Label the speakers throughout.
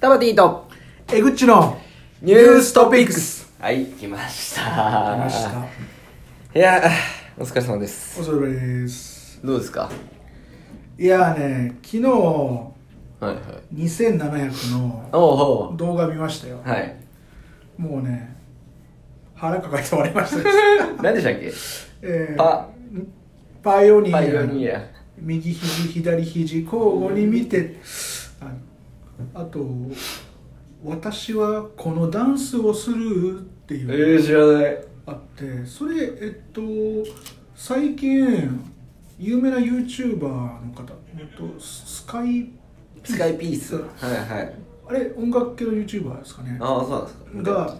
Speaker 1: タバティと
Speaker 2: えぐっちの
Speaker 1: ニューストピックスはい、来ました。
Speaker 2: 来ました
Speaker 1: いやー、お疲れ様です。
Speaker 2: おそれです
Speaker 1: どうですか
Speaker 2: いやーね昨日
Speaker 1: はいはい。
Speaker 2: 2700の
Speaker 1: おうお
Speaker 2: 動画見ましたよ
Speaker 1: う。はい。
Speaker 2: もうね腹抱えて終わりまし た
Speaker 1: 何でしたっけ
Speaker 2: えー
Speaker 1: パ
Speaker 2: パイオニア
Speaker 1: パイオニア。
Speaker 2: 右肘左肘交互に見てああと「私はこのダンスをする」っていう、
Speaker 1: 知らない。
Speaker 2: あってそれえっと最近有名な YouTuber の方、えっと、ススカイ
Speaker 1: スカイピース。はいはい。
Speaker 2: あれ音楽系の YouTuber ですかね
Speaker 1: ああ、そうなんですか。
Speaker 2: が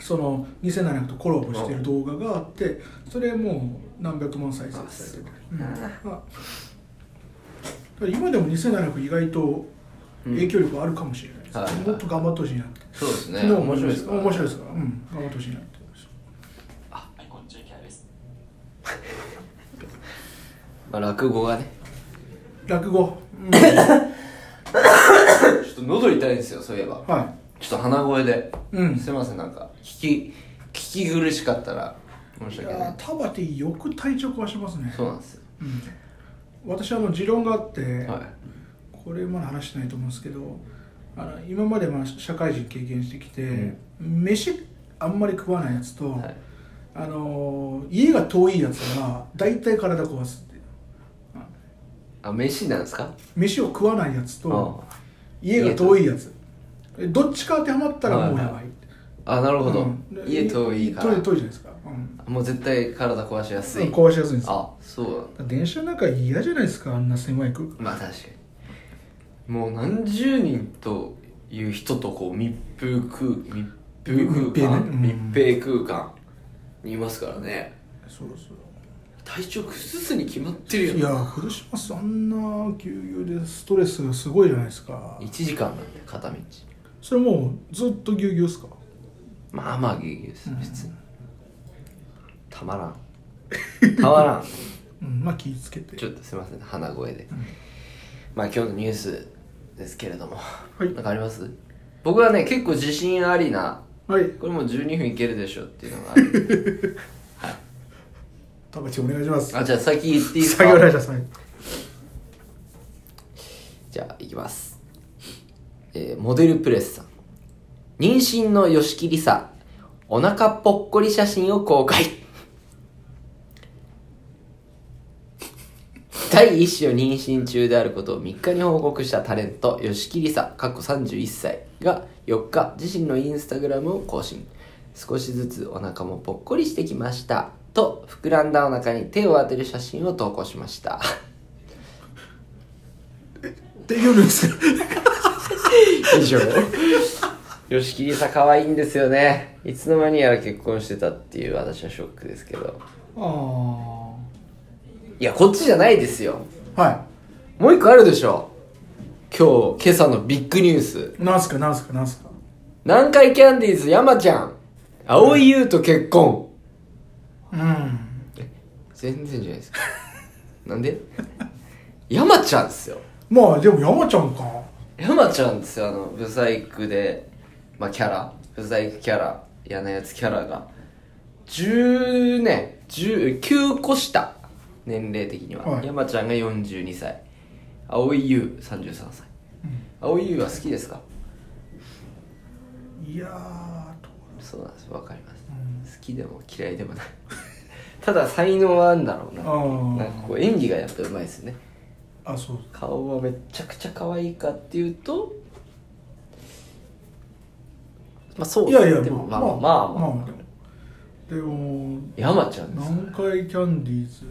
Speaker 2: その2007とコラボしてる動画があってそれもう何百万再生されてて、うん
Speaker 1: あ
Speaker 2: まあだから今でも2007意外と影響力あるかもしれないです、
Speaker 1: はいはい
Speaker 2: もっと頑張ってほしいなって
Speaker 1: そうですね。
Speaker 2: 昨日も
Speaker 1: 面白いですか
Speaker 2: 面白いですから、うん、頑張ってほしいなって思いました
Speaker 3: はい、こんにちは、キャラです。
Speaker 1: まあ、落語がね。
Speaker 2: 落語、うんは
Speaker 1: ちょっと喉痛いんですよ、そういえば。
Speaker 2: い
Speaker 1: ちょっと鼻声で。
Speaker 2: うん
Speaker 1: すいません、なんか、聞き、聞き苦しかったら、申し
Speaker 2: い
Speaker 1: 訳
Speaker 2: や
Speaker 1: ない。
Speaker 2: ータバティよく体調壊しますね
Speaker 1: そうなんですよ。
Speaker 2: うん、私あの持論があって、
Speaker 1: はい。
Speaker 2: これまだ話してないと思うんですけどあの今までまあ社会人経験してきて、飯あんまり食わないやつと、
Speaker 1: はい
Speaker 2: あのー家が遠いやつが大体体壊すって
Speaker 1: あ、飯なんですか
Speaker 2: 飯を食わないやつと
Speaker 1: あ
Speaker 2: 家が遠いやつえどっちか当てはまったらもうやばいって、
Speaker 1: あ、なるほど。
Speaker 2: うんで
Speaker 1: 家遠いから
Speaker 2: 遠い。遠いじゃないですか、うん
Speaker 1: もう絶対体壊しやすい。
Speaker 2: 壊しやすいんですよ
Speaker 1: あ、そう
Speaker 2: 電車なんか嫌じゃないですかあんな狭い空間
Speaker 1: まあ確かに。もう何十人という人とこう密封空、密封空間、
Speaker 2: 密
Speaker 1: 密閉空間にいますからね。
Speaker 2: そうそう
Speaker 1: 体調崩すに決まってる
Speaker 2: い
Speaker 1: よ。
Speaker 2: や古島さんあんなぎゅうぎゅうでストレスがすごいじゃないですか
Speaker 1: 1時間なんで片道。
Speaker 2: それもうずっとぎゅうぎゅうですか
Speaker 1: まあまあギリギリです、普通に。たまらん。たまらん。
Speaker 2: うんまあ気ぃつけて
Speaker 1: ちょっとすいません、鼻声で。まあ今日のニュースですけれども、
Speaker 2: い
Speaker 1: なんかあります僕はね、結構自信ありな、
Speaker 2: はい
Speaker 1: これもう12分いけるでしょっていうのがある。
Speaker 2: 田淵お願いします
Speaker 1: あ、じゃあ 先言っていいですか
Speaker 2: 作業ラジャーさん
Speaker 1: じゃあ、いきます。えーモデルプレスさん。妊娠の吉木りさ、お腹ぽっこり写真を公開。 第一子を妊娠中であることを3日に報告したタレント、吉木りさ、過去31歳が4日、自身のインスタグラムを更新。少しずつお腹もぽっこりしてきました。と、膨らんだお腹に手を当てる写真を投稿しました。
Speaker 2: っていうのですか
Speaker 1: 以 上吉木りさ可愛いんですよねいつの間にやら結婚してたっていう私はショックですけど
Speaker 2: ああ
Speaker 1: いやこっちじゃないですよ
Speaker 2: は
Speaker 1: もう一個あるでしょ今日今朝のビッグニュース
Speaker 2: いなんすかなんすかなんすか
Speaker 1: 南海キャンディーズ山ちゃん蒼井優と結婚
Speaker 2: うん
Speaker 1: 全然じゃないですかなんで山ちゃんですよ
Speaker 2: まあでも山ちゃんか
Speaker 1: 山ちゃんですよあのブサイクでまあキャラブサイクキャラ嫌なやつキャラが10年19個下年齢的には、
Speaker 2: はい
Speaker 1: 山ちゃんが42歳蒼井優33歳蒼井優は好きですか
Speaker 2: いやーどう
Speaker 1: そうなんですわかります、
Speaker 2: うん
Speaker 1: 好きでも嫌いでもない ただ才能はあるんだろうな
Speaker 2: あー
Speaker 1: なんかこう演技がやっぱうまいですね
Speaker 2: だあそう
Speaker 1: 顔はめちゃくちゃ可愛いかっていうとまあそう
Speaker 2: いやいや
Speaker 1: でもまあ
Speaker 2: ま
Speaker 1: ま
Speaker 2: あま
Speaker 1: あ
Speaker 2: あ
Speaker 1: まあ、
Speaker 2: まあまあでも
Speaker 1: 山ちゃんです
Speaker 2: 南海キャンディーズ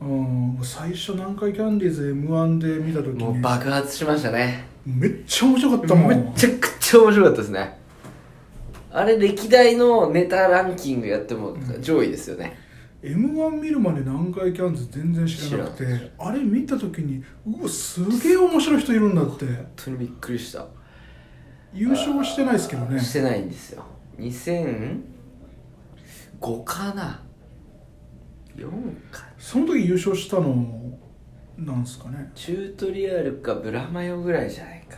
Speaker 2: うん最初南海キャンディーズ m 1で見た時
Speaker 1: もう
Speaker 2: に
Speaker 1: 爆発しましたね
Speaker 2: めっちゃ面白かったもん
Speaker 1: めちゃくちゃ面白かったですねあれ歴代のネタランキングやっても上位ですよね、
Speaker 2: m 1見るまで南海キャンディーズ全然知らなく
Speaker 1: 知ら
Speaker 2: てあれ見た時にうわすげえ面白い人いるんだって
Speaker 1: 本当にびっくりした
Speaker 2: 優勝してないですけどね
Speaker 1: してないんですよ2005かな4か
Speaker 2: その時優勝したのなんすかね
Speaker 1: チュートリアルかブラマヨぐらいじゃないか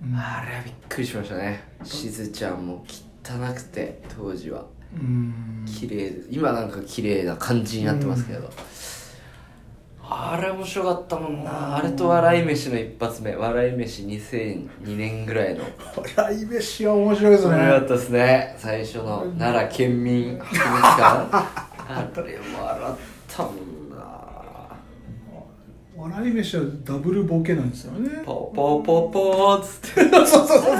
Speaker 1: な
Speaker 2: うん
Speaker 1: あれはびっくりしましたねしずちゃんも汚くて当時は
Speaker 2: うん
Speaker 1: 綺麗です今なんか綺麗な感じになってますけど、あれ面白かったもんなあれと笑い飯の一発目笑い飯2002年ぐらいの
Speaker 2: 笑い飯は面白いです
Speaker 1: 面
Speaker 2: ね
Speaker 1: 白かったですね最初の奈良県民博物館あれ笑ったもんな
Speaker 2: 笑い飯はダブルボケなんですよね
Speaker 1: ポポポポーっつって
Speaker 2: そうそうそうそう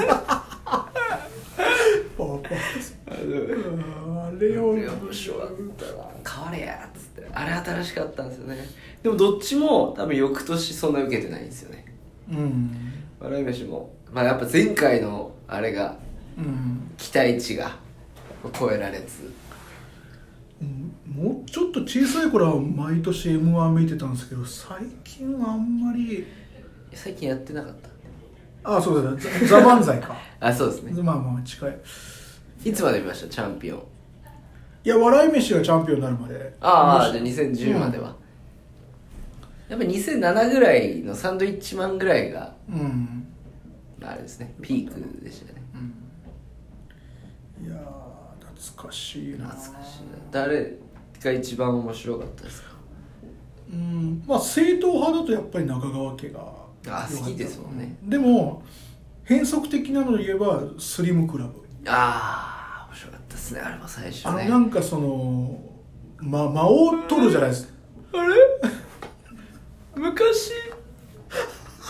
Speaker 2: あれを
Speaker 1: 面白かったな変われやっつってあれ新しかったんですよねでもどっちも多分翌年そんな受けてないんですよね
Speaker 2: うん
Speaker 1: 笑い飯もまあやっぱ前回のあれが
Speaker 2: うん
Speaker 1: 期待値が超えられず
Speaker 2: もうちょっと小さい頃は毎年 m 1見てたんですけど最近はあんまり
Speaker 1: 最近やってなかっ
Speaker 2: あそうだ、ね、 ザ・ザ漫才か
Speaker 1: たあそうですね
Speaker 2: まあまあ近い
Speaker 1: いつまで見ましたチャンピオン
Speaker 2: いや笑い飯がチャンピオンになるまで
Speaker 1: ああじゃあ
Speaker 2: 見まし
Speaker 1: 2010までは、やっぱ2007ぐらいのサンドイッチマンぐらいが
Speaker 2: たうん
Speaker 1: あれですねピークでしたね
Speaker 2: いやー懐かしいな
Speaker 1: 懐かしいな誰が一番面白かったですか
Speaker 2: うんまあ正統派だとやっぱり中川家が良かった
Speaker 1: あ好きですもんね
Speaker 2: でも変則的なので言えばスリムクラブ
Speaker 1: ああ面白かったですねあれも最初
Speaker 2: あの
Speaker 1: ね
Speaker 2: なんかその、ま、間を取るじゃないですか
Speaker 1: あれ昔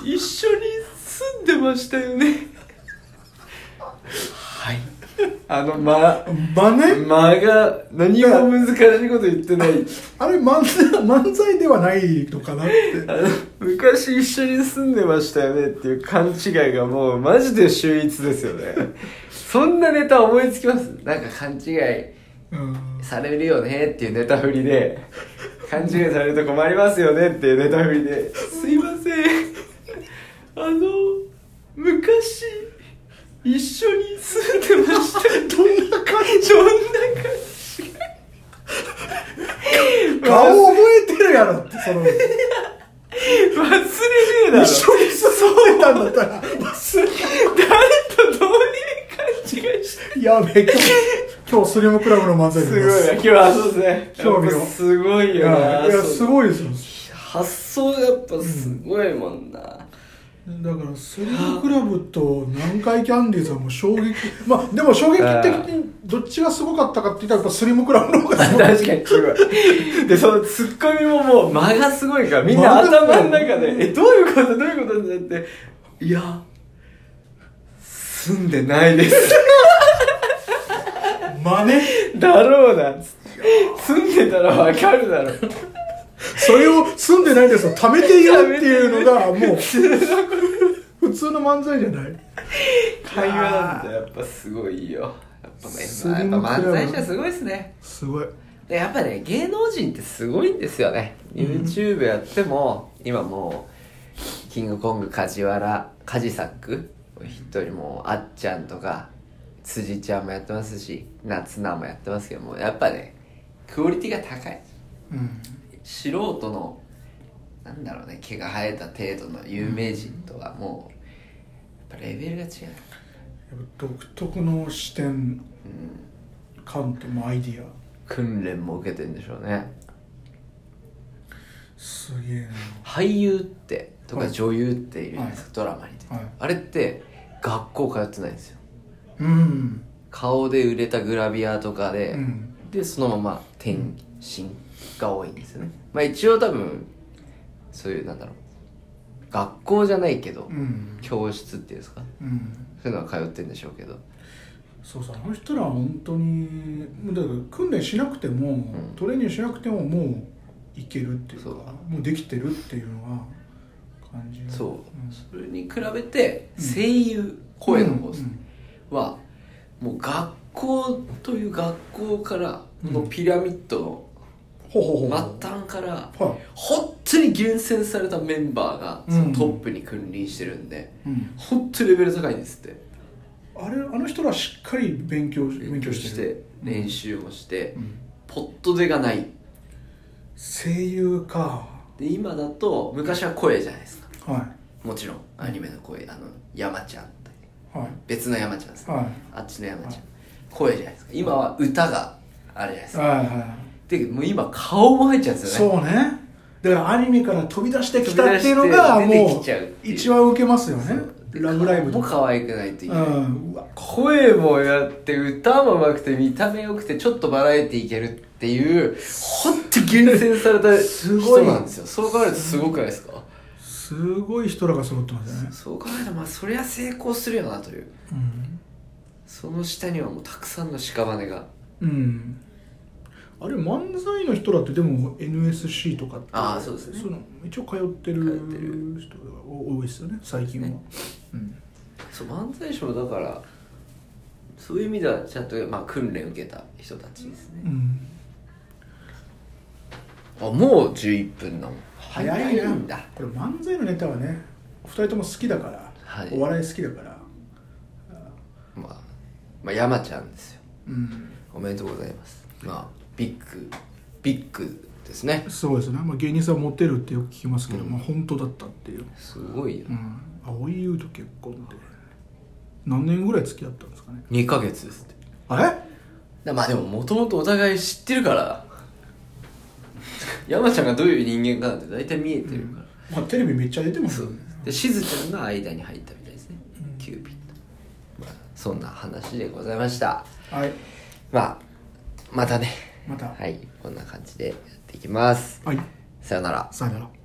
Speaker 1: 一緒に住んでましたよねはいあの間
Speaker 2: 間ね
Speaker 1: 間が何も難しいこと言ってない
Speaker 2: あれ漫才漫才ではないのかなって
Speaker 1: あの昔一緒に住んでましたよねっていう勘違いがもうマジで秀逸ですよねそんなネタ思いつきますなんか勘違い
Speaker 2: うん
Speaker 1: されるよねっていうネタ振りで勘違いされると困りますよねっていうネタ振りですいませんあの昔一緒に住んでましたよね
Speaker 2: どんな感じ
Speaker 1: そんな感じ
Speaker 2: 顔覚えてるやろって その
Speaker 1: 忘れねえだろ
Speaker 2: 一緒に住んでたんだったら忘れ
Speaker 1: 誰とどういう勘違いして
Speaker 2: やべえ今日 今日スリムクラブの漫才
Speaker 1: す
Speaker 2: 見
Speaker 1: ごい
Speaker 2: ます
Speaker 1: な今日はそうですね
Speaker 2: 興味を
Speaker 1: やっぱすごい
Speaker 2: い
Speaker 1: よ
Speaker 2: や
Speaker 1: ない
Speaker 2: やすごいですよ
Speaker 1: 発想がやっぱすごいもんな、
Speaker 2: だからスリムクラブと南海キャンディーズはもう衝 撃まあでも衝撃的にどっちがすごかったかって言ったらやっぱスリムクラブの
Speaker 1: 確
Speaker 2: 方がすごい
Speaker 1: かにすごいでそのツッコミももう間がすごいからみんな
Speaker 2: 間がすごい
Speaker 1: 頭の中で「えどういうことどういうこと?」ってなって「いや住んでない です」
Speaker 2: 真似
Speaker 1: だろうな住んでたらわかるだろう
Speaker 2: それを住んでないですを貯めているってい うのがもう 普通の漫才じゃない
Speaker 1: 会話なんてやっぱすごいよやっぱ,、
Speaker 2: スリム
Speaker 1: ね、
Speaker 2: ク
Speaker 1: や
Speaker 2: ラ
Speaker 1: っ
Speaker 2: ブ
Speaker 1: ぱ漫才師はすごいですね
Speaker 2: すごい
Speaker 1: でやっぱね芸能人ってすごいんですよね YouTube やっても、今もうキングコング梶原梶作を筆頭にもうあっちゃんとか辻ちゃんもやってますし夏菜もやってますけどもやっぱねクオリティが高い
Speaker 2: うん
Speaker 1: 素人のなんだろうね毛が生えた程度の有名人とはもうやっぱレベルが違う、
Speaker 2: やっぱ独特の視点
Speaker 1: うん、
Speaker 2: 観点もアイディア
Speaker 1: 訓練も受けてんでしょうね
Speaker 2: すげえ
Speaker 1: 俳優ってとか
Speaker 2: はい
Speaker 1: 女優っているじゃないですか、ドラマに出て、
Speaker 2: はい
Speaker 1: あれって学校通ってないんですよ
Speaker 2: なうん
Speaker 1: 顔で売れたグラビアとかで、
Speaker 2: うん
Speaker 1: でそのまま転身が多いんですよねまあ一応多分そういうなんだろう学校じゃないけど、
Speaker 2: うん
Speaker 1: 教室っていうんですか
Speaker 2: うん
Speaker 1: そういうのは通ってんでしょうけど
Speaker 2: そうそうあの人らは本当にだから訓練しなくても、
Speaker 1: ん
Speaker 2: トレーニングしなくてももういけるっていうか
Speaker 1: そう
Speaker 2: もうできてるっていうのは感じる
Speaker 1: そう、
Speaker 2: ん
Speaker 1: それに比べて声優、声の方ですね、
Speaker 2: うん
Speaker 1: はもう学校という学校からこのピラミッドの
Speaker 2: ほうほうほう
Speaker 1: 末端から
Speaker 2: はい
Speaker 1: 本当に厳選されたメンバーが
Speaker 2: うん
Speaker 1: そのトップに君臨してるんで、
Speaker 2: うん
Speaker 1: 本当にレベル高いんですって
Speaker 2: あれあの人らしっかり勉強し勉強してる
Speaker 1: 練習もして、
Speaker 2: うん
Speaker 1: ポット出がない
Speaker 2: 声優か
Speaker 1: で今だと昔は声じゃないですか
Speaker 2: は
Speaker 1: もちろんアニメの声あの山ちゃんという
Speaker 2: はい
Speaker 1: 別の山ちゃんです、
Speaker 2: はい
Speaker 1: あっちの山ちゃん、
Speaker 2: はい
Speaker 1: 声じゃないですか今は歌があれじゃないですか、
Speaker 2: はいは
Speaker 1: でもう今顔も入っちゃうん
Speaker 2: い
Speaker 1: ですよね
Speaker 2: そうねだからアニメから飛び出してきたっていうのが
Speaker 1: 飛び出して出
Speaker 2: も
Speaker 1: てきちゃうってい
Speaker 2: う
Speaker 1: う
Speaker 2: 一番受けますよね「
Speaker 1: で
Speaker 2: ラブライ
Speaker 1: 顔
Speaker 2: ブ」と
Speaker 1: も
Speaker 2: か
Speaker 1: 可愛くないといけない、
Speaker 2: うんうわ
Speaker 1: 声もやって歌も上手くて見た目良くてちょっとバラエティーいけるっていう本当に厳選された
Speaker 2: すごい
Speaker 1: 人なんですよそう考えるとすごくないですか
Speaker 2: すごい人らが揃ってますね、
Speaker 1: そう考えるとまあそりゃ成功するよなという
Speaker 2: うん
Speaker 1: その下にはもうたくさんの屍が
Speaker 2: うんあれ漫才の人らってでも NSC とかって
Speaker 1: ああそうですね
Speaker 2: その一応通ってる
Speaker 1: 通ってる
Speaker 2: 人が多いですよね最近は、
Speaker 1: ね
Speaker 2: うん
Speaker 1: そう漫才師もだからそういう意味ではちゃんと、まあ、訓練受けた人たちですね、
Speaker 2: うん、
Speaker 1: あもう11分なの
Speaker 2: 早いな
Speaker 1: んだ
Speaker 2: これ漫才のネタはねお二人とも好きだから、
Speaker 1: はい
Speaker 2: お笑い好きだから
Speaker 1: まあ、まあ山ちゃんですよ
Speaker 2: うん
Speaker 1: おめでとうございますまあビッグビッグですね
Speaker 2: そうですね、まあ、芸人さんモテるってよく聞きますけど、
Speaker 1: うん
Speaker 2: まあ本当だったっていう、
Speaker 1: すごいよ
Speaker 2: うん、蒼井優と結婚って何年ぐらい付き合ったんですかね
Speaker 1: 2ヶ月ですって
Speaker 2: あれ
Speaker 1: だまあでももともとお互い知ってるから山ちゃんがどういう人間かなんて大体見えてるから、
Speaker 2: まあ、テレビめっちゃ出てます
Speaker 1: そ
Speaker 2: よ
Speaker 1: う
Speaker 2: ね
Speaker 1: でしずちゃんが間に入ったみたいですね、
Speaker 2: うん
Speaker 1: キューピッド、まあ、そんな話でございました
Speaker 2: はい
Speaker 1: まあまたね
Speaker 2: また
Speaker 1: はいこんな感じでやっていきます
Speaker 2: はい
Speaker 1: さよなら
Speaker 2: さよなら